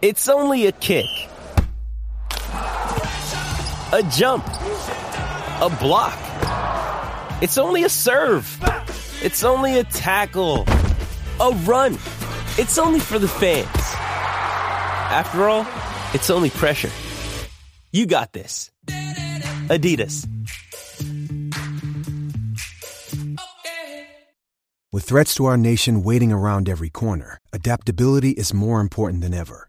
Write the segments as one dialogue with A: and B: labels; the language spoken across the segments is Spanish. A: It's only a kick, a jump, a block. It's only a serve. It's only a tackle, a run. It's only for the fans. After all, it's only pressure. You got this. Adidas.
B: With threats to our nation waiting around every corner, adaptability is more important than ever.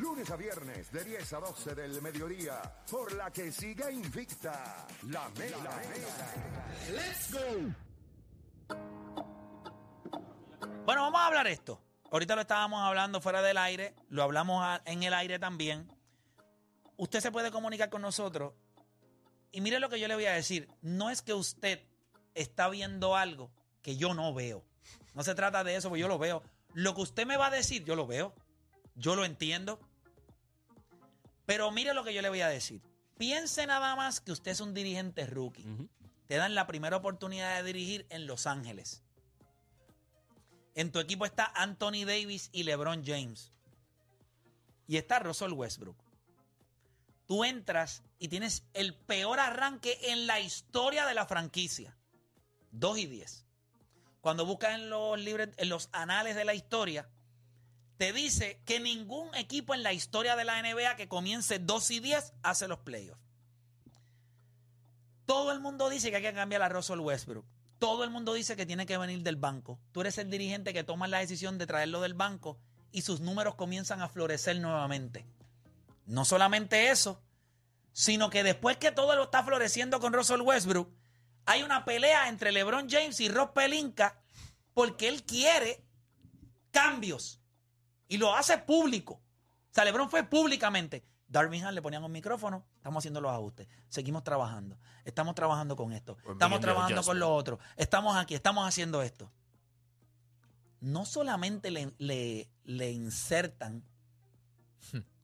C: Lunes a viernes de 10 a 12 del mediodía, por la que siga invicta la mela. Let's go.
D: Bueno, vamos a hablar esto. Ahorita lo estábamos hablando fuera del aire, lo hablamos a- en el aire también. Usted se puede comunicar con nosotros. Y mire lo que yo le voy a decir. No es que usted está viendo algo que yo no veo. No se trata de eso, porque yo lo veo. Lo que usted me va a decir, yo lo veo. Yo lo entiendo. Pero mire lo que yo le voy a decir. Piense nada más que usted es un dirigente rookie. Te dan la primera oportunidad de dirigir en Los Ángeles. En tu equipo está Anthony Davis y LeBron James. Y está Russell Westbrook. Tú entras y tienes el peor arranque en la historia de la franquicia. 2 y 10. Cuando buscas en los libres, en los anales de la historia, te dice que ningún equipo en la historia de la NBA que comience 2 y 10 hace los playoffs. Todo el mundo dice que hay que cambiar a Russell Westbrook. Todo el mundo dice que tiene que venir del banco. Tú eres el dirigente que toma la decisión de traerlo del banco y sus números comienzan a florecer nuevamente. No solamente eso, sino que después que todo lo está floreciendo con Russell Westbrook, hay una pelea entre LeBron James y Rob Pelinka porque él quiere cambios y lo hace público. O sea, LeBron fue públicamente. Darwin Ham le ponían un micrófono, estamos haciendo los ajustes, seguimos trabando, estamos trabajando con esto, estamos
E: making the
D: trabajando con
E: adjustment.
D: lo otro, estamos aquí, estamos haciendo esto. No solamente le, le- le insertan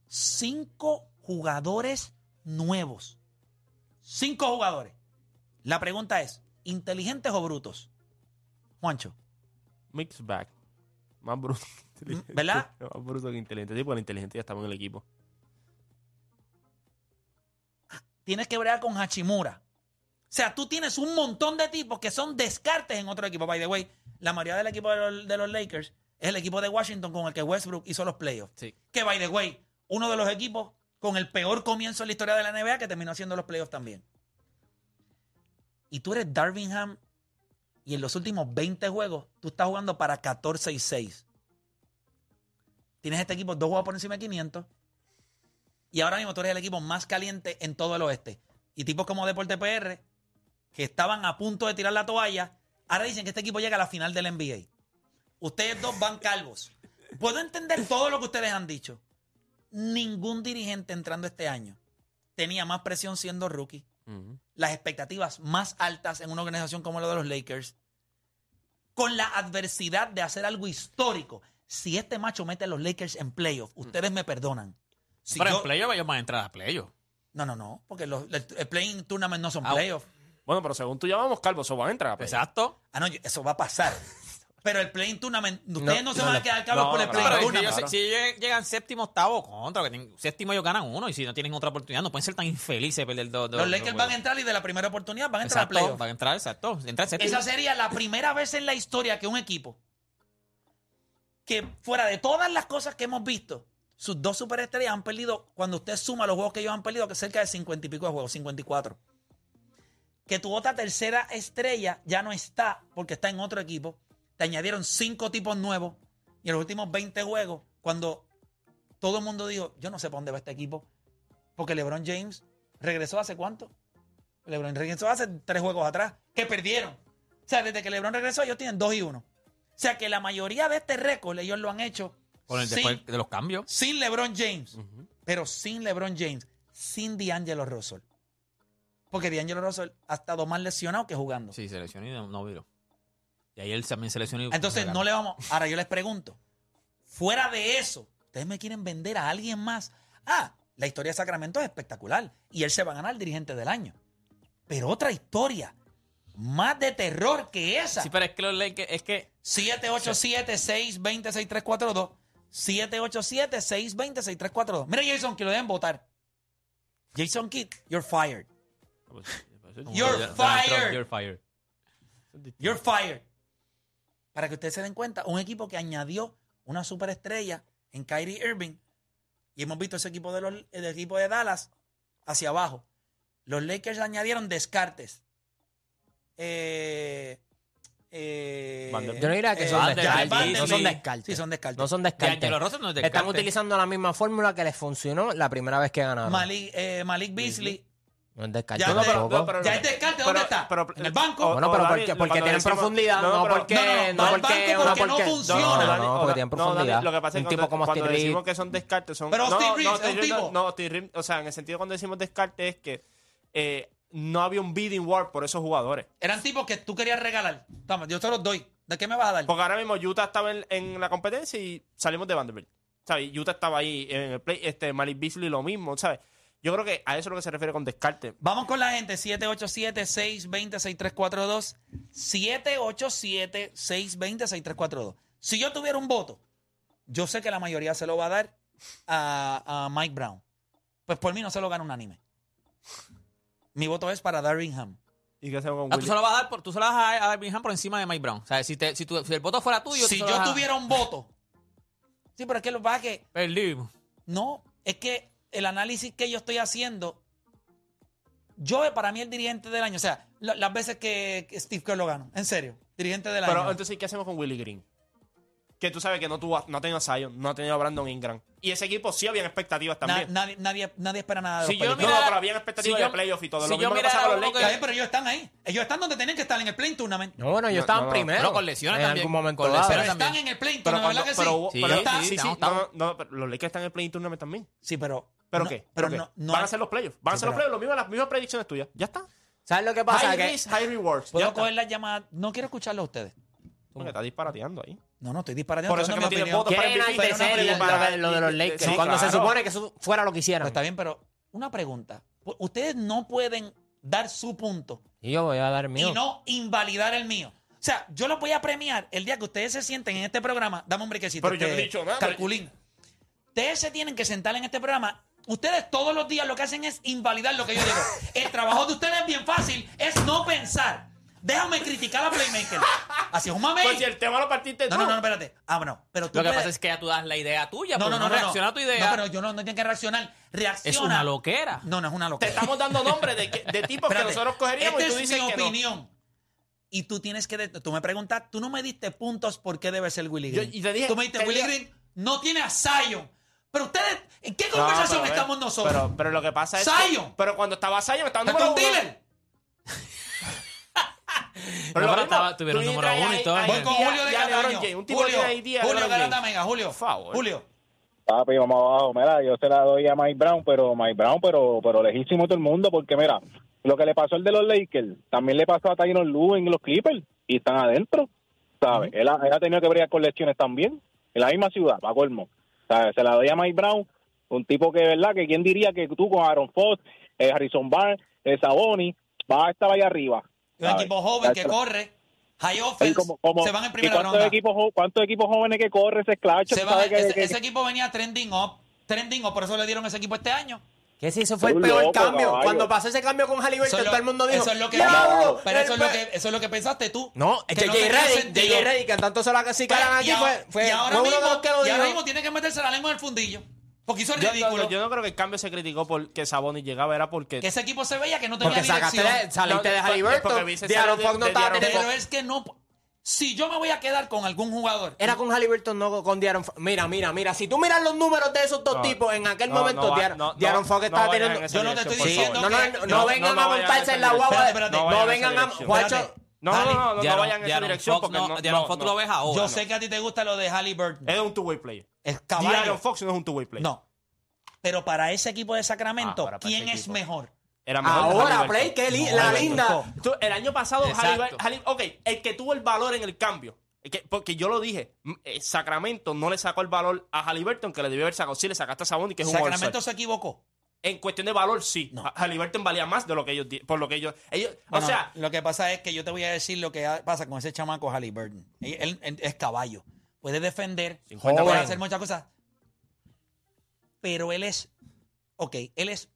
D: cinco jugadores nuevos. Cinco jugadores. La pregunta es, ¿inteligentes o brutos? Juancho,
E: Mix back. Más bruto. que inteligente.
D: Mm, ¿verdad?
E: Más bruto que inteligente. Sí, porque la inteligente ya estaba en el equipo.
D: tienes que bregar con Hachimura. O sea, tú tienes un montón de tipos que son descartes en otro equipo. By the way, la mayoría del equipo de los, de los Lakers es el equipo de Washington con el que Westbrook hizo los playoffs.
F: Sí.
D: Que, by the way, uno de los equipos con el peor comienzo en la historia de la NBA que terminó haciendo los playoffs también. Y tú eres Darvin Ham y en los últimos 20 juegos tú estás jugando para 14 y 6. Tienes este equipo dos juegos por encima de 500 y ahora mismo tú eres el equipo más caliente en todo el oeste. Y tipos como Deporte PR, que estaban a punto de tirar la toalla, ahora dicen que este equipo llega a la final del NBA. Ustedes dos van calvos. Puedo entender todo lo que ustedes han dicho. Ningún dirigente entrando este año tenía más presión siendo rookie,
E: Ujú.
D: las expectativas más altas en una organización como la de los Lakers, con la adversidad de hacer algo histórico. Si este macho mete a los Lakers en playoff, ustedes me perdonan. Si
F: Pero
D: yo-
F: en playoff ellos van a entrar a playoff.
D: no, no, no, porque los, el, el playing tournament no son
F: Ah,
D: playoffs.
E: Bueno, pero según tú llamamos calvo, eso va a entrar. pues. pero-
F: Exacto.
D: Ah, no, yo- eso va a pasar. Pero el playing tournament, ustedes no, se van a quedar cabros
E: no,
D: por el
E: no,
D: playing
E: no,
F: Pero
E: no,
F: si,
E: una,
F: ellos,
D: tournament.
E: claro.
F: si ellos llegan séptimo, octavo, contra. Que tienen- séptimo ellos ganan uno. Y si no tienen otra oportunidad, no pueden ser tan infelices de perder dos.
D: Los Lakers van a entrar y de la primera oportunidad van a entrar a
F: Exacto,
D: playoffs.
F: van a entrar, exacto. Entran séptimo.
D: Esa sería la primera vez en la historia que un equipo que fuera de todas las cosas que hemos visto, sus dos superestrellas han perdido, cuando usted suma los juegos que ellos han perdido, que es cerca de 50 y pico de juegos, 54. Que tu otra tercera estrella ya no está porque está en otro equipo. Te añadieron cinco tipos nuevos y en los últimos 20 juegos, cuando todo el mundo dijo, yo no sé para dónde va este equipo, porque LeBron James regresó hace cuánto? LeBron regresó hace tres juegos atrás, que perdieron. O sea, desde que LeBron regresó, ellos tienen 2 y 1. O sea, que la mayoría de este récord ellos lo han hecho
F: Con el
D: sin,
F: después de los cambios.
D: sin LeBron James. pero sin LeBron James, sin D'Angelo Russell. Porque D'Angelo Russell ha estado más lesionado que jugando.
F: Sí, se lesionó y no, no viró. Y ayer también se lesionó y-
D: Entonces,
F: regaló.
D: no le vamos. Ahora yo les pregunto, fuera de eso, ¿ustedes me quieren vender a alguien más? Ah, la historia de Sacramento es espectacular y él se va a ganar el dirigente del año. Pero otra historia, más de terror que esa.
F: Sí, pero es que los Lakers, es que
D: 787-620-6342. 787-620-6342. Mira, Jason, que lo deben votar. Jason Kidd, you're fired. You're
F: Donald
D: fired.
F: Trump, you're fired.
D: You're fired. Para que ustedes se den cuenta, un equipo que añadió una superestrella en Kyrie Irving. Y hemos visto ese equipo de los, el equipo de Dallas hacia abajo. Los Lakers añadieron descartes. Eh, eh,
E: Vanderbilt.
G: Yo no diría que son
D: Jared
F: descartes,
D: Vanderbilt.
F: no son
G: descartes.
D: Sí, son descartes.
G: No son descartes.
F: D'Angelo Russell no es descarte.
G: Están utilizando la misma fórmula que les funcionó la primera vez que ganaron.
D: Malik, eh, Malik Beasley.
G: No es descarte
D: Ya, no, pero-
G: tampoco.
E: no, pero-
D: Ya es descarte, ¿dónde
E: Pero-
D: está?
E: pero-
D: en el banco.
E: o-
G: bueno, pero
E: Dani,
G: porque,
E: cuando
G: porque tienen
E: decimos-
G: profundidad,
E: no,
G: no,
E: pero-
G: porque
D: no, no, va
G: no,
D: al
G: porque,
D: banco porque no
G: porque-
D: funciona.
G: No, no,
E: Dani,
G: no,
E: o
G: porque
E: da-
G: tienen
E: no, Dani,
G: profundidad.
E: lo que pasa es
G: un
E: que
G: tipo
E: cuando,
G: como
E: cuando
G: Steve Reeves,
E: decimos que son descartes, son.
D: Pero
E: no,
D: Steve
E: no,
D: Reeves
E: Steve
D: es un
E: Reeves no-
D: tipo.
E: no, Steve Reeves, o sea, en el sentido cuando decimos descarte es que eh, no había un bidding war por esos jugadores.
D: Eran tipos que tú querías regalar. Toma, yo te los doy. ¿De qué me vas a dar?
E: Porque ahora mismo Utah estaba en, en la competencia y salimos de Vanderbilt. ¿Sabes? Utah estaba ahí en el play. Este, Malik Beasley lo mismo, ¿sabes? Yo creo que a eso es lo que se refiere con descarte.
D: Vamos con la gente. 787-620-6342. 787-620-6342. Si yo tuviera un voto, yo sé que la mayoría se lo va a dar a, a Mike Brown. Pues por mí no se lo gana unánime. Mi voto es para Darringham.
E: ¿Y qué hacemos con
F: Ah, tú
E: Williams?
F: se lo vas a dar por, tú se lo vas a dar a Darvin Ham por encima de Mike Brown. O sea, si, te- si, tu- si el voto fuera tuyo, tú
D: Si
F: se lo
D: yo
F: vas a-
D: tuviera un voto. Sí, pero es que lo que pasa es que
F: Perdimos.
D: No, es que el análisis que yo estoy haciendo, yo eh, para mí el dirigente del año, o sea, la- las veces que que Steve Kerr lo gano, en serio, dirigente del
E: Pero
D: año.
E: entonces, ¿qué hacemos con Willie Green? Que tú sabes que no, tuvo, no ha tenido a Zion, no ha tenido a Brandon Ingram. Y ese equipo sí había expectativas
D: Na-
E: también.
D: nadie, nadie, nadie espera nada de
F: Si
D: los
F: yo
D: Pelicans.
E: no,
F: mirara-
E: pero habían expectativas
F: si yo-
E: de playoff y todo.
F: si
E: lo
F: yo
E: mismo que
F: mirara
E: pasaba con los
F: uno que-
D: Está
E: Lakers.
D: bien, pero ellos están ahí. Ellos están donde tenían que estar, en el play tournament.
G: No, bueno, ellos estaban
E: no,
G: primero.
F: pero con lesiones
G: en
F: también,
G: algún momento
F: con
G: dado.
D: Pero
F: lesiones. también.
D: están en el play
E: Pero
D: tournament,
E: cuando-
D: ¿verdad que
E: pero
D: sí?
E: hubo-
F: Sí,
E: pero-
F: está,
E: sí, sí,
F: estamos,
E: no,
F: estamos.
E: no, no, pero los Lakers están en el play tournament también.
D: Sí, pero...
E: ¿Pero
D: no-
E: qué?
D: Pero
E: ¿Pero qué?
D: no, no
E: Van
D: hay-
E: a ser los playoffs. Van a
D: Sí,
E: ser los
D: pero-
E: playoffs. Lo mismo, las mismas predicciones tuyas. Ya está.
G: ¿Sabes lo que pasa?
E: High
G: Que
E: risk, high rewards. Ya
D: Puedo
E: está.
D: coger las llamadas. No quiero escucharlo a ustedes.
E: Porque está disparateando ahí.
D: No, no, estoy disparando.
E: Por
D: estoy
E: eso
D: dando
E: que
D: mi
E: no tiene
D: opinión.
E: voto
G: quieren
E: Pero para MVP,
G: enaltecer
E: pero no
G: lo
E: para-
G: de- lo de los Lakers.
E: Sí,
G: cuando se
E: claro.
G: supone que eso fuera lo que
D: Pero
G: hicieran.
D: Pues está bien, pero una pregunta. Ustedes no pueden dar su punto
G: Y yo voy a dar el mío.
D: y no invalidar el mío. O sea, yo los voy a premiar el día que ustedes se sienten en este programa. Dame un brequecito.
E: Pero yo no
D: este,
E: he dicho nada.
D: Calculín. Ustedes se tienen que sentar en este programa. Ustedes todos los días lo que hacen es invalidar lo que yo digo. El trabajo de ustedes es bien fácil, es no pensar. Déjame criticar a Playmaker. Así es un mame.
E: Pues si el tema lo partiste
D: No,
E: tú.
D: no, no, espérate. Ah, bueno. Pero tú
F: Lo que
D: puedes-
F: pasa es que ya tú das la idea tuya,
D: no, no, no, no,
F: reacciona
D: no.
F: a tu idea.
D: No, pero yo no, no tengo que reaccionar. Reacciona.
F: es una loquera.
D: No, no es una
E: Te
D: loquera.
E: estamos dando nombres de, que- de tipos que
D: Espérate,
E: nosotros cogeríamos
D: esta
E: y tú dices
D: es mi
E: que no.
D: opinión. Y tú tienes que. de- Tú me preguntas, tú no me diste puntos por qué debe ser Willy
E: Yo-
D: Green.
E: y te dije-
D: tú me dijiste,
E: te
D: Willy
E: dije-
D: Green no tiene a Zion. Pero ustedes, ¿en qué
E: No,
D: conversación
E: pero ve,
D: estamos nosotros?
E: Pero, pero lo que pasa es. que-
D: Zion.
E: pero cuando estaba Zion, estaba
D: ¿Estás
E: número
D: con
E: uno.
D: Dylan?
E: Pero lo
F: No, pero
E: mismo,
F: estaba- tuvieron
E: tú
F: número
E: traes
F: uno y
E: ahí-
F: todo.
E: ahí
D: Voy con
E: ya-
D: Julio de
E: ya LeBron
D: Cataño.
E: James, Un tipo que
D: Julio,
E: tiene ahí día.
D: Julio
E: LeBron
D: Garata
E: James.
D: Mega, Julio.
E: Por favor.
D: Julio.
H: Papi, vamos abajo. Mira, yo se la doy a Mike Brown, pero Mike Brown, pero, pero lejísimo todo el mundo, porque mira, lo que le pasó al de los Lakers, también le pasó a Tyron Lue en los Clippers, y están adentro, ¿sabes? Él, ha, él ha tenido que bregar con lesiones también, en la misma ciudad, para colmo. ¿Sabes? Se la doy a Mike Brown, un tipo que, ¿verdad? Que quién diría que tú con Aaron Fox, eh, Harrison Barnes, eh, Saboni, vas a estar ahí arriba.
D: Es un
H: ¿sabes?
D: equipo joven que
H: Oye,
D: corre. High offense.
H: Oye, como- como-
D: se van en
H: ¿y
D: primera
H: cuántos
D: ronda.
H: Equipos, jo- ¿Cuántos equipos jóvenes que corre ese clutch?
D: Se
H: tú
D: van-
H: sabes que-
D: ese,
H: que-
D: ese equipo venía trending up. Trending up, por eso le dieron ese equipo este año.
G: Que si eso fue el
H: Soy
G: peor
H: loco,
G: cambio.
H: caballo.
G: Cuando pasó ese cambio con Halliburton,
D: es lo-
G: todo el mundo dijo.
D: eso es lo que,
G: "Diablo,
D: pero eso
G: el
D: es lo
G: pe-
D: que eso es lo que pensaste tú.
G: No, es
D: que
G: JJ
D: tenía
G: Reddick,
D: sentido.
G: JJ Reddick, que tanto se lo
D: Pero-
G: criticaran
D: pues, y
G: aquí,
D: ahora-
G: fue, fue
D: y ahora
G: fue uno de los
D: mismo,
G: que lo
D: y
G: dijo.
D: ahora mismo tiene que meterse la lengua en el fundillo. Porque hizo el
E: Yo,
D: ridículo.
E: no- yo no creo que el cambio se criticó porque Sabonis llegaba, era porque.
D: que ese equipo se veía que no tenía
G: Porque sacaste,
D: dirección.
G: de-
E: No,
G: saliste de
E: porque- porque
G: Halliburton,
E: viste
G: de Aaron
E: salir
G: Fox no
E: de- de
G: estaba
E: Aaron
G: teniendo-
D: pero es que no. Si yo me voy a quedar con algún jugador.
G: Era con Halliburton, no con Diaron Fox. Mira, mira, mira. Si tú miras los números de esos dos
E: No,
G: tipos, en aquel
E: no,
G: momento
E: no va-
G: Diaron
E: no,
G: Diaron
E: no,
G: Fox
E: no
G: estaba
E: vayan en
G: teniendo...
E: esa
D: Yo no te estoy
E: dirección, por
D: diciendo
E: favor.
G: No, no, no, no vengan
E: no
G: a
E: vayan
G: montarse
E: a
G: en la
E: esa
G: guagua. de-
D: dirección.
G: No,
E: No vayan a esa
G: vengan a...
E: dirección.
G: Juancho,
D: Espérate.
E: No,
D: Dale,
E: no, no, no, no
F: De'Aaron-
E: vayan en esa
F: De'Aaron
E: dirección
F: Fox
E: porque
F: no-
E: no.
F: De'Aaron
E: no,
F: Fox tú
E: no.
F: lo ves ahora.
D: yo
F: ¿no?
D: sé que a ti te gusta lo de Halliburton.
E: Es un two-way player.
D: Es caballo.
E: Diaron Fox no es un two-way player.
D: No. Pero para ese equipo de Sacramento,
E: Ah, para- para
D: ¿quién
E: ese
D: es
E: equipo.
D: mejor?
E: Era mejor que
G: Ahora,
E: Halliburton.
G: Play, qué li- la
E: Halliburton.
G: linda.
E: Tú, el año pasado,
F: Exacto.
E: Hallibur- Halli- ok, el que tuvo el valor en el cambio, el que- porque yo lo dije, m- eh, Sacramento no le sacó el valor a Halliburton, que le debió haber sacado. Sí, le sacaste a Sabonis, que es un
D: Sacramento
E: all-star.
D: se equivocó.
E: En cuestión de valor, sí.
D: No.
E: Ha- Halliburton valía más de lo que ellos, di- por lo que ellos, ellos
D: Bueno,
E: o sea,
D: lo que pasa es que yo te voy a decir lo que ha- pasa con ese chamaco Halliburton. Él, él- él es caballo. Puede defender,
E: 50
D: puede
E: por
D: hacer muchas cosas. Pero él es, ok, él es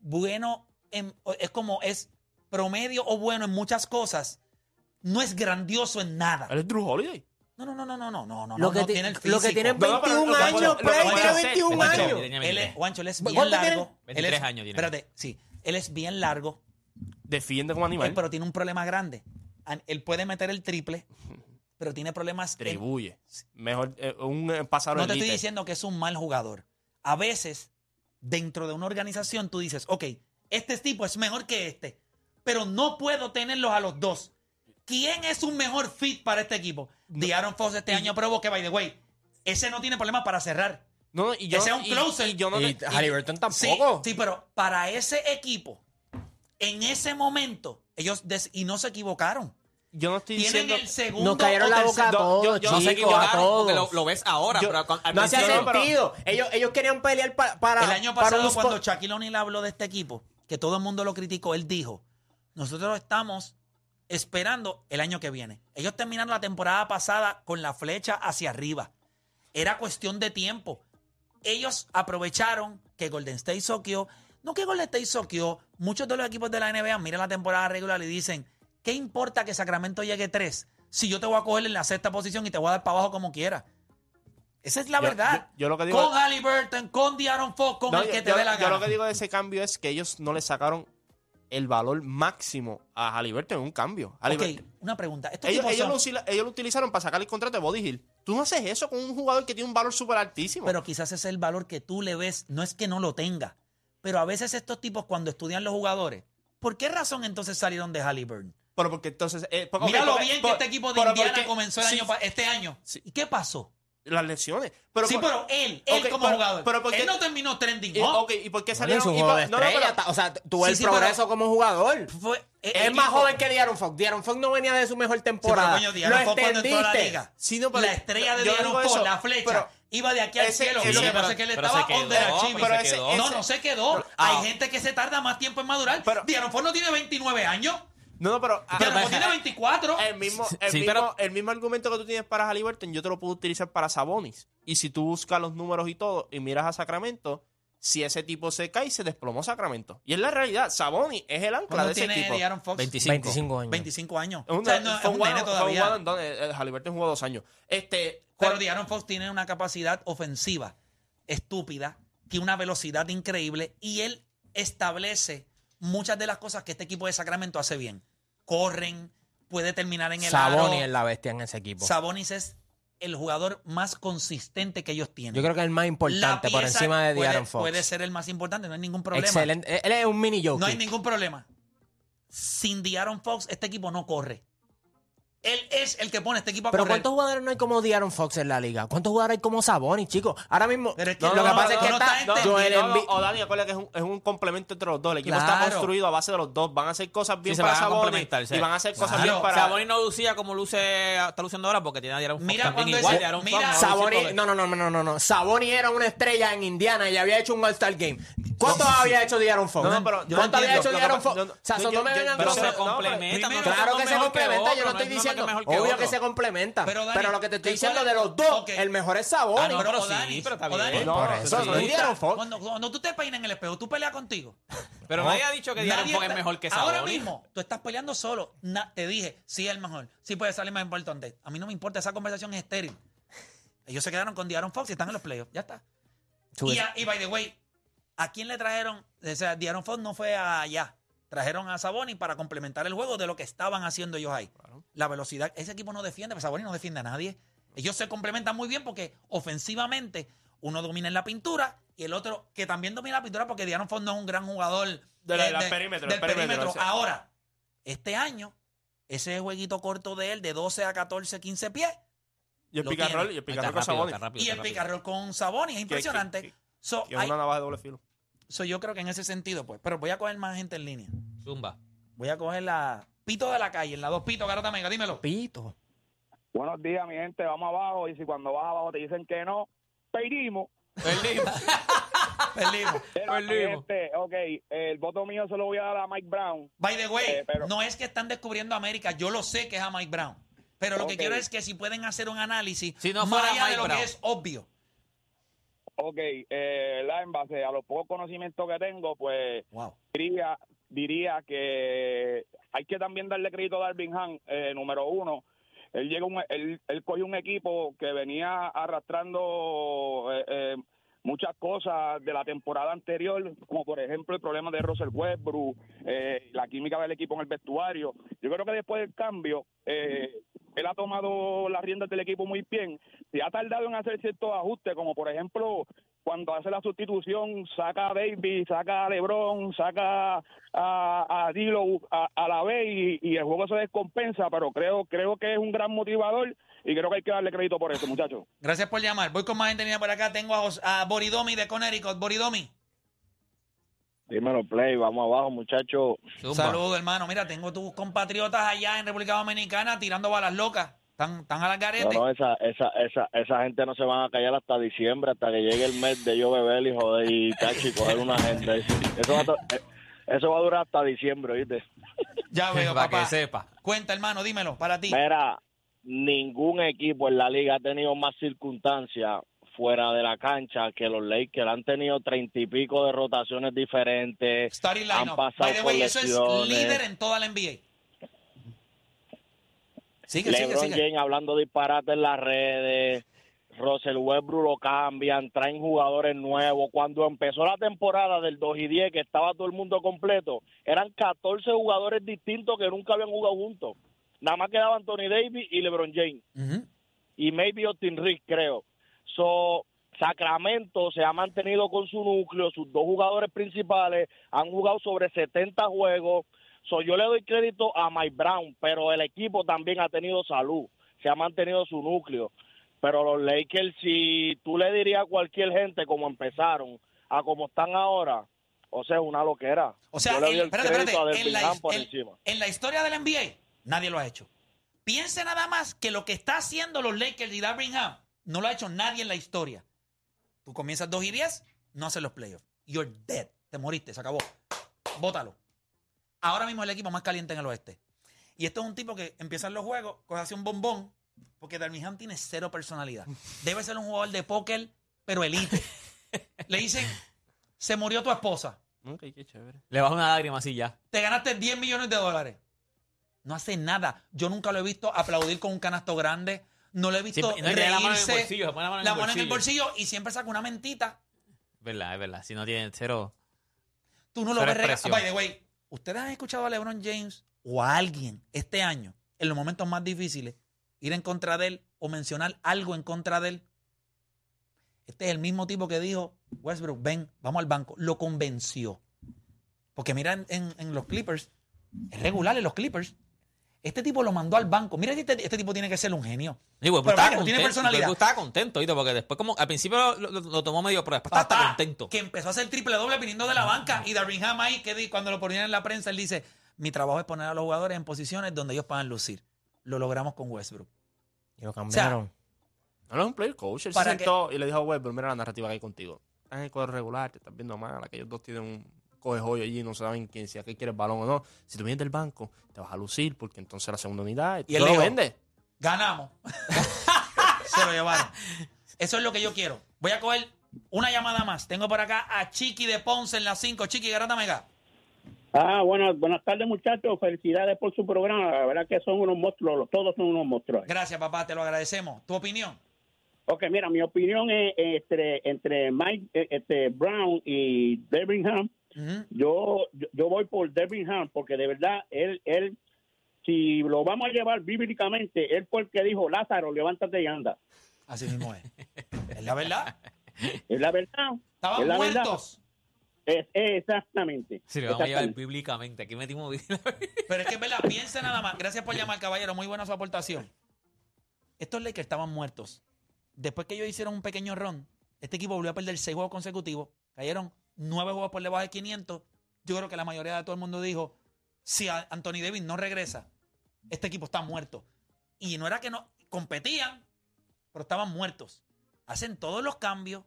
D: bueno, en- es como es promedio o bueno en muchas cosas. No es grandioso en nada.
E: él es Drew Holiday.
D: No, no, no, no, no, no, no, no,
G: Lo que
D: no
G: ti-
D: tiene el
G: lo que
D: físico.
G: tiene
E: No, no, pero-
G: 21
E: no, pero-
G: años,
E: lo que
G: Play,
E: voy a
G: tiene
E: hacer,
G: 21
E: Juancho,
G: años.
F: tiene
D: Él es,
F: 23.
D: Juancho, él es bien
G: ¿Cuánto tiene?
D: largo. Él es-
F: 23 años tiene.
D: Espérate, sí. Él es bien largo,
E: Defiende como
D: eh,
E: animal.
D: pero tiene un problema grande. An- Él puede meter el triple, pero tiene problemas. en-
E: Distribuye. Mejor eh, un eh, pasador
D: eh, no te estoy
E: elite.
D: diciendo que es un mal jugador. A veces, dentro de una organización, tú dices, ok, este tipo es mejor que este, pero no puedo tenerlos a los dos. ¿Quién es un mejor fit para este equipo? The Aaron Fox este año probó que, by the way, ese no tiene problemas para cerrar.
E: No, no, y yo
D: Que sea
E: no-
D: un
E: y-
D: closer.
E: y yo no
G: Y
E: te- y-
G: Halliburton
D: Sí,
G: tampoco.
D: Sí, pero para ese equipo, en ese momento, ellos des- y no se equivocaron.
E: yo no estoy
D: Tienen
E: diciendo
D: el segundo.
G: Nos cayeron
D: o
G: la
D: tercer-
G: boca a
E: yo-
G: todos,
E: yo- yo-
F: no
E: Sí,
F: se
G: chicos, a
F: equivocaron
G: todos.
F: porque lo, lo ves ahora.
E: Yo-
F: pero al
G: No hace
E: Sí,
F: principio
E: no, pero-
G: sentido. Ellos, ellos querían pelear pa- para.
D: El año
G: para
D: pasado,
G: un
D: cuando
G: spot.
D: Shaquille O'Neal habló de este equipo, que todo el mundo lo criticó, él dijo: Nosotros estamos esperando el año que viene. Ellos terminaron la temporada pasada con la flecha hacia arriba. Era cuestión de tiempo. Ellos aprovecharon que Golden State soqueó. No que Golden State soqueó. Muchos de los equipos de la NBA miran la temporada regular y dicen: ¿Qué importa que Sacramento llegue tres? Si yo te voy a coger en la sexta posición y te voy a dar para abajo como quiera. Esa es la
E: Yo-
D: verdad.
E: yo- yo lo que digo-
D: Con Halliburton, con Diaron Fox, con
E: No,
D: el
E: yo-
D: que te
E: yo-
D: dé la
E: yo
D: gana.
E: lo que digo de ese cambio es que ellos no le sacaron el valor máximo a Halliburton en un cambio.
D: Ok,
E: Halliburton-
D: una pregunta. Estos
E: ellos,
D: tipos
E: ellos
D: son-
E: lo, usila- ellos lo utilizaron para sacar el contrato de Body Hill. Tú no haces eso con un jugador que tiene un valor súper altísimo.
D: Pero quizás ese es el valor que tú le ves. No es que no lo tenga. Pero a veces estos tipos, cuando estudian los jugadores, ¿por qué razón entonces salieron de Halliburton?
E: Pero porque entonces... eh, porque-
D: Mira lo
E: porque-
D: bien que
E: por-
D: este equipo de
E: pero
D: Indiana
E: porque-
D: comenzó el
E: sí,
D: año pa- este año.
E: Sí.
D: ¿Y qué pasó?
E: Las lesiones. Pero
D: sí,
E: por-
D: pero él, él
E: Ok,
D: como
E: pero-
D: jugador,
E: pero porque-
D: él no terminó trending.
E: y-
D: up.
E: ok, ¿y por qué
G: Bueno,
E: salieron?
G: es un
E: y
G: juego
E: por-
G: de
E: no, no,
G: estrella,
E: pero-
G: ta- o sea, tuvo
D: Sí,
G: el
D: sí,
G: progreso
D: pero-
G: como jugador.
D: Fue- el
G: Es
D: equipo-
G: más joven que Diaron Fox. Diaron Fox no venía de su mejor
D: Sí, pero,
G: temporada.
D: coño, Diaron
G: Lo
D: Fox cuando entró a la
G: extendiste.
D: liga.
E: Sí, no, pero-
D: la estrella de
E: yo
D: Diaron
E: digo
D: Fox,
E: eso,
D: la flecha,
E: pero-
D: iba de aquí al
E: ese-
D: cielo.
E: ese-
D: lo que
E: pero-
D: pasa es que él
F: pero
D: estaba
F: se quedó,
D: on the achievement.
E: pero
F: pero
E: ese-
F: se quedó.
E: ese-
D: No, no se quedó.
E: Ah.
D: Hay gente que se tarda más tiempo en madurar.
E: Pero-
D: Diaron Fox no tiene 29 años.
E: No, no, pero...
D: Diaron
E: ah,
D: Fox tiene 24.
E: El mismo, el,
F: Sí,
E: mismo,
F: pero-
E: el mismo argumento que tú tienes para Halliburton, yo te lo puedo utilizar para Sabonis. Y si tú buscas los números y todo, y miras a Sacramento, si ese tipo se cae, se desplomó Sacramento. Y es la realidad, Sabonis es el ancla de
D: ¿Cuándo
E: ese
D: tiene
E: equipo.
D: Diaron Fox?
F: 25.
G: 25 años.
D: 25 años.
E: Es un-
D: o sea, no, es
E: fue
D: un
E: un one-
D: nene
E: fue un
D: todavía.
E: one and done. Eh, eh, Halliburton jugó dos años. Este,
D: Pero
E: cuando-
D: Diaron Fox tiene una capacidad ofensiva estúpida, tiene una velocidad increíble y él establece muchas de las cosas que este equipo de Sacramento hace bien. Corren, puede terminar en el
G: Sabonis es
D: aro.
G: la bestia en ese equipo.
D: Sabonis es el jugador más consistente que ellos tienen.
G: Yo creo que es el más
D: La
G: importante por
D: pieza
G: encima de
D: puede-
G: Diaron Fox.
D: Puede ser el más importante, no hay ningún problema.
G: Excelente. Él es un mini joker.
D: No hay ningún problema. Sin Diaron Fox, este equipo no corre. Él es el que pone este equipo a
G: Pero
D: correr.
G: ¿cuántos jugadores no hay como Diaron Fox en la liga? ¿Cuántos jugadores hay como Sabonis, chicos? Ahora mismo,
D: Pero es que
G: lo
D: no,
G: que
D: no,
G: pasa
D: no,
G: es que
D: no
G: está
D: está
E: No,
G: Joel
E: no, no,
G: Embiid.
E: o Dani, acuérdate que es un, es un complemento entre los dos. El equipo
D: Claro.
E: está construido a base de los dos. Van a hacer cosas bien
F: se
E: para
F: van a
E: Sabonis
F: complementar, sí.
E: y van a hacer cosas
D: Claro.
E: bien para...
F: Sabonis no lucía como luce, está luciendo ahora porque tiene a Diaron Fox
D: Mira
F: también
D: cuando
F: igual.
D: ese-
F: Diaron
D: mira-
F: Fox no lució
G: Sabonis,
F: todo
G: no, no, no, no, no, no. Sabonis era una estrella en Indiana y había hecho un All-Star Game. ¿Cuánto había hecho Diaron Fox?
E: No, no, pero yo
G: ¿Cuánto
E: no
G: había
E: entiendo.
G: hecho
E: Lo que
G: Diaron
E: pa-
G: Fox?
E: no, no.
G: O sea,
E: Yo-
G: eso
E: yo-
G: no me
E: yo-
G: vengan
E: pero
G: con-
E: se
F: pero
E: no,
F: complementa,
D: primero-
F: no
G: Claro
F: uno
G: que
F: es
G: se
F: mejor
G: complementa,
F: otro,
G: yo no estoy
F: es mejor
G: diciendo.
F: que es mejor que
G: obvio
F: otro.
G: que se complementa.
D: Pero,
G: Pero,
D: Dani,
G: lo que te estoy
D: ¿qué cuál
G: diciendo
D: es?
G: de los dos,
D: Ok.
G: el mejor es
D: Ah,
G: Sabonis.
D: no,
F: Bueno,
D: pero
F: pero sí,
D: Odanis,
F: pero está
D: Odanis.
F: bien.
E: No,
G: Por
E: no,
G: eso,
E: sí.
G: no es Diaron Fox.
D: Cuando, cuando tú te peinas en el espejo, tú peleas contigo.
F: Pero nadie ha dicho que Diaron
D: Nadie
F: Fox es
D: está-
F: mejor que Sabonis.
D: Ahora mismo, tú estás peleando solo. Na- te dije, sí es el mejor. Sí puede salir más importante. A mí no me importa, esa conversación es estéril. Ellos se quedaron con Diaron Fox y están en los playoffs. Ya está. Y, a- y by the way, ¿a quién le trajeron? O sea, Diaron Fox no fue allá. Trajeron a Saboni para complementar el juego de lo que estaban haciendo ellos ahí. La velocidad. Ese equipo no defiende, pero Saboni no defiende a nadie. Ellos se complementan muy bien porque ofensivamente uno domina en la pintura y el otro que también domina la pintura porque Diaron Fox no es un gran jugador eh,
E: De la- del perímetro,
D: del
E: del perímetro,
D: perímetro.
E: ese.
D: Ahora, este año, ese jueguito corto de él de 12 a 14, 15 pies
E: Y el
D: Lo
E: picarrol,
D: tiene.
E: y el
F: Ahí está,
E: picarrol con
F: rápido,
E: Sabonis.
F: está rápido,
D: y
F: está
D: el
F: rápido.
D: picarro con Sabonis es
E: que-
D: impresionante.
E: que-
D: So,
E: que es
D: hay-
E: una navaja de doble filo.
D: so, yo creo que en ese sentido, pues. Pero voy a coger más gente en línea.
F: Zumba.
D: Voy a coger la Pito de la calle, en la dos Pito, Garota Mega, dímelo.
G: Pito.
H: Buenos días, mi gente, vamos abajo. Y si cuando vas abajo te dicen que no, pedimos.
D: Perdimos.
F: Perdimos.
H: Este, ok, el voto mío se lo voy a dar a Mike Brown.
D: By the way,
H: Eh, pero-
D: no es que están descubriendo América, yo lo sé que es a Mike Brown. Pero lo que
H: Ok.
D: quiero es que si pueden hacer un análisis
F: Si no
D: más
F: fuera
D: allá de
F: Mike
D: lo que
F: Brown.
D: es obvio.
H: Ok, eh, ¿verdad? en base a los pocos conocimientos que tengo, pues
D: Wow.
H: diría, diría que hay que también darle crédito a Darvin Han, eh, número uno. Él, llega un, él, él cogió un equipo que venía arrastrando eh, eh, muchas cosas de la temporada anterior, como por ejemplo el problema de Russell Westbrook, eh, la química del equipo en el vestuario. Yo creo que después del cambio, eh, él ha tomado las riendas del equipo muy bien. Se ha tardado en hacer ciertos ajustes, como por ejemplo cuando hace la sustitución, saca a Baby, saca a Lebron, saca a, a Dilo, a, a la B y, y el juego se descompensa, pero creo, creo que es un gran motivador y creo que hay que darle crédito por eso, muchachos.
D: Gracias por llamar. Voy con más gente mira, por acá. Tengo a, Jos- a Boridomi de Connecticut. Boridomi,
H: Dímelo, Play, vamos abajo, muchachos.
F: Zumba.
D: saludo, hermano. Mira, tengo tus compatriotas allá en República Dominicana tirando balas locas. Están, están a la
H: No,
D: garete.
H: no, esa, esa, esa, esa gente no se van a callar hasta diciembre, hasta que llegue el mes de yo beber y joder y cachi, coger una gente. Eso va, a to- eh, eso va a durar hasta diciembre, ¿viste?
D: Ya veo,
F: Para
D: papá.
F: que sepa.
D: Cuenta, hermano, dímelo, para ti.
H: Mira, ningún equipo en la liga ha tenido más circunstancias fuera de la cancha que los Lakers. Han tenido treinta y pico de rotaciones diferentes.
D: Starting
H: han
D: lineup.
H: pasado
D: By the way,
H: por
D: eso es
H: lesiones.
D: líder en toda la NBA. Sigue, sigue,
H: LeBron
D: sigue.
H: James hablando disparate en las redes. Russell Westbrook lo cambian, traen jugadores nuevos. Cuando empezó la temporada del 2 y 10, que estaba todo el mundo completo, eran 14 jugadores distintos que nunca habían jugado juntos. Nada más quedaban Tony Davis y LeBron James.
D: Ujú.
H: y maybe Austin Reed, creo. So, Sacramento se ha mantenido con su núcleo, sus dos jugadores principales han jugado sobre 70 juegos. So, yo le doy crédito a Mike Brown, pero el equipo también ha tenido salud, se ha mantenido su núcleo. Pero los Lakers, si tú le dirías a cualquier gente como empezaron, a como están ahora, o sea, es una loquera.
D: O sea,
H: yo le doy
D: en-
H: el
D: espérate,
H: crédito a
D: espérate, en
H: Devin
D: la,
H: Ham por
D: en-
H: encima.
D: en la historia del NBA, nadie lo ha hecho. Piense nada más que lo que está haciendo los Lakers y Darvin Ham no lo ha hecho nadie en la historia. Tú comienzas 2 y 10, no haces los playoffs. You're dead. Te moriste, se acabó. Bótalo. Ahora mismo es el equipo más caliente en el oeste. Y esto es un tipo que empieza en los juegos, coge así un bombón, porque Darvin Ham tiene cero personalidad. Debe ser un jugador de póker, pero elite. Le dicen, se murió tu esposa
E: Ok, qué chévere.
F: Le bajo una lágrima así ya.
D: te ganaste 10 millones de dólares. No hace nada. Yo nunca lo he visto aplaudir con un canasto grande. No lo he visto
F: Siempre- no, y le da la mano en el
D: reírse.
F: bolsillo, se pone la mano en el
D: en el bolsillo y siempre saca una mentita.
F: Verdad, es verdad. Si no tiene cero.
D: Tú no lo
F: Cero
D: ves regañar.
F: expresión.
D: By the way, ¿ustedes han escuchado a LeBron James o a alguien este año, en los momentos más difíciles, ir en contra de él o mencionar algo en contra de él? Este es el mismo tipo que dijo, Westbrook, ven, vamos al banco. Lo convenció. Porque mira en, en- en los Clippers, es regular en los Clippers. Este tipo lo mandó al banco. Mira, este, este tipo tiene que ser un genio. Pero
F: Digo, pues, estaba
D: mira,
F: contento.
D: tiene personalidad.
F: Westbrook estaba contento, ¿viste? porque después como al principio lo, lo- lo tomó medio, pero después estaba hasta
D: Papá,
F: contento.
D: Que empezó a hacer triple doble viniendo de la banca. Y Darwin Ham ahí, que di- cuando lo ponían en la prensa, él dice: Mi trabajo es poner a los jugadores en posiciones donde ellos puedan lucir. Lo logramos con Westbrook.
G: Y lo cambiaron.
E: No, no es un player coach. Él se
D: ¿Para
E: sentó y le dijo a Westbrook, mira la narrativa que hay contigo. Estás en el cuadro regular, te estás viendo mal. Aquellos dos tienen un coge joyo allí, no saben quién, si aquí quieres balón o no. Si tú vienes del banco, te vas a lucir porque entonces la segunda unidad...
D: Y él
E: tú lo
D: dijo,
E: vende.
D: Ganamos. Se lo llevaron. Eso es lo que yo quiero. Voy a coger una llamada más. Tengo por acá a Chiqui de Ponce en la 5. Chiqui, garata mega.
I: Ah, bueno, buenas tardes muchachos, felicidades por su programa, la verdad que son unos monstruos, los- todos son unos monstruos.
D: Gracias, papá, te lo agradecemos. ¿Tu opinión?
I: Ok, mira, mi opinión es eh, entre, entre Mike eh, este, Brown y Devin Ham,
D: Ujú.
I: yo, yo, yo voy por Devin Ham porque de verdad él, él, si lo vamos a llevar bíblicamente, él fue el que dijo, Lázaro, levántate y anda.
D: Así mismo es. es la verdad.
I: Es la verdad. es
D: Estaban
I: la verdad.
D: muertos.
I: Es- es exactamente.
F: Si lo vamos a llevar
I: exactamente.
F: bíblicamente. Aquí metimos
D: Pero es que es verdad, piensa nada más. Gracias por llamar, caballero. Muy buena su aportación. Estos Lakers estaban muertos. Después que ellos hicieron un pequeño ron, Este equipo volvió a perder seis juegos consecutivos. Cayeron nueve juegos por debajo de 500. Yo creo que la mayoría de todo el mundo dijo, si a- Anthony Davis no regresa, este equipo está muerto. Y no era que no competían, pero estaban muertos. Hacen todos los cambios.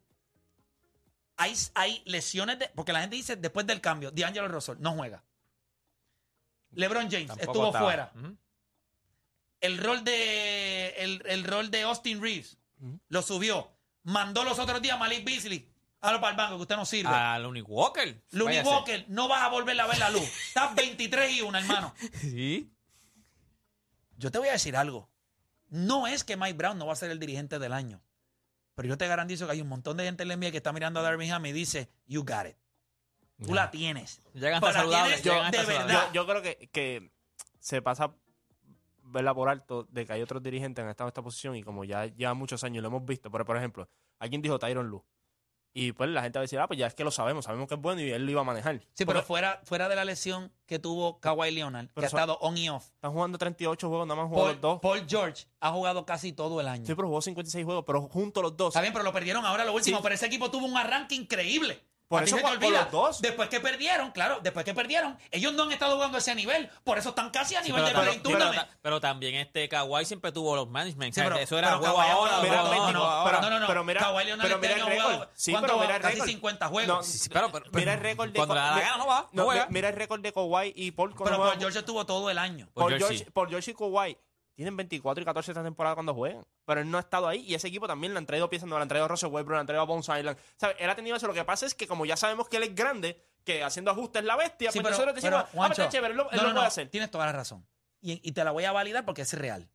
D: Hay, hay lesiones, de- porque la gente dice después del cambio, D'Angelo Russell no juega. LeBron James
F: Tampoco
D: estuvo
F: estaba.
D: fuera
F: Ujú.
D: el rol de el, el rol de Austin Reeves lo subió. Mandó los otros días Malik Beasley a lo para el banco, que usted no sirve.
F: A Looney Walker.
D: Looney
F: Váyase.
D: Walker, no vas a volver a ver la luz. Estás 23 y 1, hermano.
F: Sí.
D: Yo te voy a decir algo. No es que Mike Brown no va a ser el dirigente del año. Pero yo te garantizo que hay un montón de gente en la NBA que está mirando a Darvin Ham y dice, you got it. Tú la tienes.
F: Llegan
D: Pero
F: hasta saludables.
D: tienes
F: llegan
D: de
F: hasta saludables.
D: verdad.
E: Yo, yo creo que, que se pasa verla por alto de que hay otros dirigentes que han estado en esta posición y como ya lleva muchos años y lo hemos visto. Pero, por ejemplo, alguien dijo Tyron Lue. Y pues la gente va a decir, ah, pues ya es que lo sabemos, sabemos que es bueno y él lo iba a manejar.
D: Sí, pero fuera, fuera de la lesión que tuvo Kawhi Leonard, que
E: Pero
D: ha
E: son-
D: estado on y off.
E: Están jugando 38 juegos, nada más jugó
D: Paul,
E: los dos.
D: Paul George ha jugado casi todo el año.
E: Sí, pero jugó 56 juegos, pero juntos los dos.
D: Está bien, pero lo perdieron ahora lo último.
E: Sí.
D: Pero ese equipo tuvo un arranque increíble.
E: Por
D: A ti
E: eso
D: se te
E: con- con
D: olvida.
E: los dos.
D: Después que perdieron, claro, después que perdieron, ellos no han estado jugando a ese nivel. Por eso están casi a
F: Sí,
D: nivel de
F: pero,
D: Play
F: pero- pero
D: Tournament.
F: ta- pero también este Kawhi siempre tuvo los management.
D: Sí,
F: o sea,
D: pero-
F: eso era
D: pero
F: juego
D: Kawhi ahora-
F: ahora,
E: Mira,
F: juego
D: no,
F: ahora.
E: no,
D: no, no,
E: ahora,
D: no, no, no.
E: pero mira,
D: Kawhi Leonard
E: pero
D: este
E: mira
D: año
E: el
D: ha jugado-
E: récord. Sí,
D: ¿cuánto
E: pero mira
D: va?
E: el
D: Casi
E: récord.
D: 50 juegos.
E: No,
F: Sí, pero- pero-
E: mira el récord de
F: Cuando le da la
E: Ka-
F: gana no va, no
E: mi-
F: juega.
E: Mira el récord de Kawhi y Paul con
D: pero Paul George estuvo todo el año.
F: Paul
E: Paul
F: George
E: George,
F: sí.
E: Paul George y Kawhi tienen 24 y 14 esta temporada cuando juegan. Pero él no ha estado ahí. Y ese equipo también le han traído piezas nuevas. Le han traído a Russell Westbrook, le han traído a Bones Island. ¿Sabes? Él ha tenido eso. Lo que pasa es que como ya sabemos que él es grande, que haciendo ajustes es la bestia,
D: Sí,
E: pues nosotros decimos, ah, pero
D: Juancho,
E: está chévere, él lo,
D: no,
E: él lo
D: no, no,
E: puede hacer.
D: Tienes toda la razón. Y, y te la voy a validar porque es real.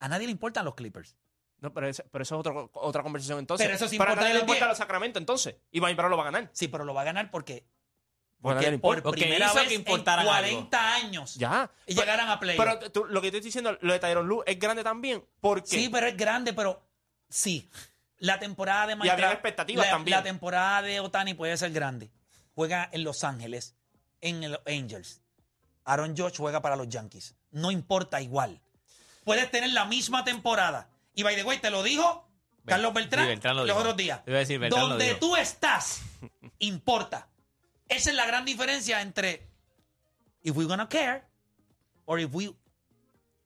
D: A nadie le importan los Clippers.
E: No, pero, ese- pero eso es otro- otra conversación entonces.
D: Pero eso sí
E: Para
D: importa
E: nadie
D: de
E: le
D: los
E: importa a
D: diez.
E: los Sacramento entonces. Y Mike Brown lo va a ganar.
D: Sí, pero lo va a ganar porque,
E: Porque
D: porque
E: nadie le
D: por
E: importa.
F: Porque
D: primera
F: hizo
D: vez
F: que
D: en
F: importaran algo.
D: 40 años
E: Ya.
D: y
E: Pero-
D: llegaran a play.
E: Pero tú- lo que te estoy diciendo, lo de Tyron Lue es grande también. Porque
D: Sí, pero es grande, pero sí. La temporada de
E: Y había
D: Brown-
E: expectativas
D: la,
E: también.
D: La temporada de Otani puede ser grande. Juega en Los Ángeles, en los Angels. Aaron George juega para los Yankees. No importa igual. Puedes tener la misma temporada. Y by the way, te lo dijo Carlos Beltrán,
F: sí, Beltrán lo
D: los
F: dijo.
D: otros días.
F: Iba a decir, Beltrán lo
D: Donde
F: dijo.
D: tú estás, importa. Esa es la gran diferencia entre if we're gonna care or if we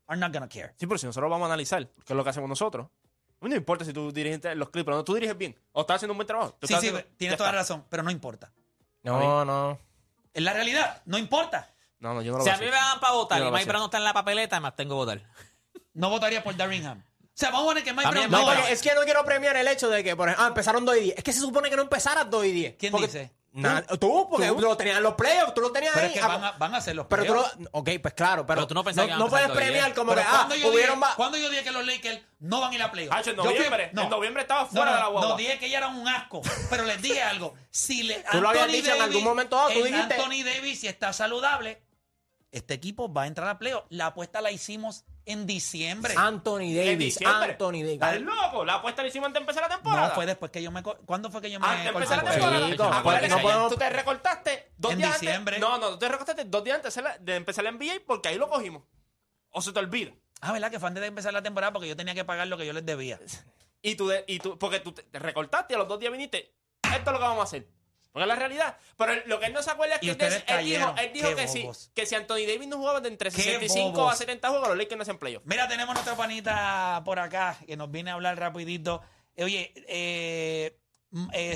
D: are not gonna care.
E: Sí, pero si nosotros vamos a analizar, que es lo que hacemos nosotros. A mí no importa si tú diriges los clips, pero no, tú diriges bien. O estás haciendo un buen trabajo. Tú
D: Sí,
E: estás
D: sí,
E: haciendo-
D: tienes
E: ya
D: toda la
E: está.
D: razón, pero no importa.
G: No, no.
D: Es la realidad, no importa.
E: No, no, yo no lo
F: Si
E: veo
F: a mí
E: así.
F: me dan para votar
E: Yo
F: y
E: lo
F: Mike
E: sé.
F: Brown no está en la papeleta, me tengo que votar.
D: No votaría por Darringham. O sea, vamos a poner que Mike
F: También
D: Brown
F: Mike
G: No,
D: vota.
F: Brown.
G: porque es que no quiero premiar el hecho de que, por ejemplo, ah, empezaron 2 y 10. Es que se supone que no empezaras 2 y 10.
D: ¿Quién
G: Porque-
D: dice?
G: Na- tú, porque
D: Tú.
G: tú lo tenías en los playoffs, tú lo tenías
D: Pero
G: ahí.
D: es que
G: Ah,
D: van a, van a hacer los
G: Pero tú
D: playoffs.
G: no- Ok, pues claro, pero,
F: Pero tú no pensabas que iban a
G: no puedes
F: empezar 2 y 10.
G: premiar como
D: Pero
G: que, ah,
D: ¿cuándo, yo dije,
G: hubieron más.
D: cuándo yo dije que los Lakers no van a ir a playoffs?
E: Ah, en
D: Yo
E: noviembre.
D: fui- no.
E: En noviembre estaba
D: No,
E: fuera
D: no,
E: de la
D: no,
E: guagua.
D: no, dije que ella era un asco, pero les dije algo. Si le,
G: Tú lo habías dicho en algún momento dado, tú
D: el
G: dijiste-
D: Anthony Davis, si está saludable, este equipo va a entrar a playoffs. La apuesta la hicimos en diciembre.
G: Anthony
E: En
G: Davis,
E: diciembre.
G: Anthony
E: Estás
G: Davis.
E: loco. La apuesta la hicimos antes de empezar la temporada.
D: no, fue después que yo me... co- ¿Cuándo fue que yo me...
E: Antes de
D: corté?
E: empezar la
F: pues,
E: temporada.
F: sí,
E: Acuérdate
F: pues,
E: que
F: no
G: podemos-
E: tú te recortaste dos
D: En
E: días
D: diciembre.
E: antes. No, no, tú te recortaste dos días antes de la- de empezar la NBA porque ahí lo cogimos. O se te olvida.
D: Ah, ¿verdad? Que fue antes de empezar la temporada porque yo tenía que pagar lo que yo les debía.
E: Y tú, de- y tú porque tú te te recortaste y a los dos días viniste. Esto es lo que vamos a hacer. Porque es la realidad. Pero él- lo que él no se acuerda es
D: Y
E: que él,
D: ustedes
E: des- él dijo,
D: cayeron.
E: él dijo
D: Qué
E: que, si,
D: bobos.
E: que si Anthony Davis no jugaba de entre
D: Qué
E: 65
D: bobos.
E: a 70 juegos, los Lakers no se playoff.
D: Mira, tenemos nuestra panita por acá que nos viene a hablar rapidito. Eh, Oye, eh, mm, eh,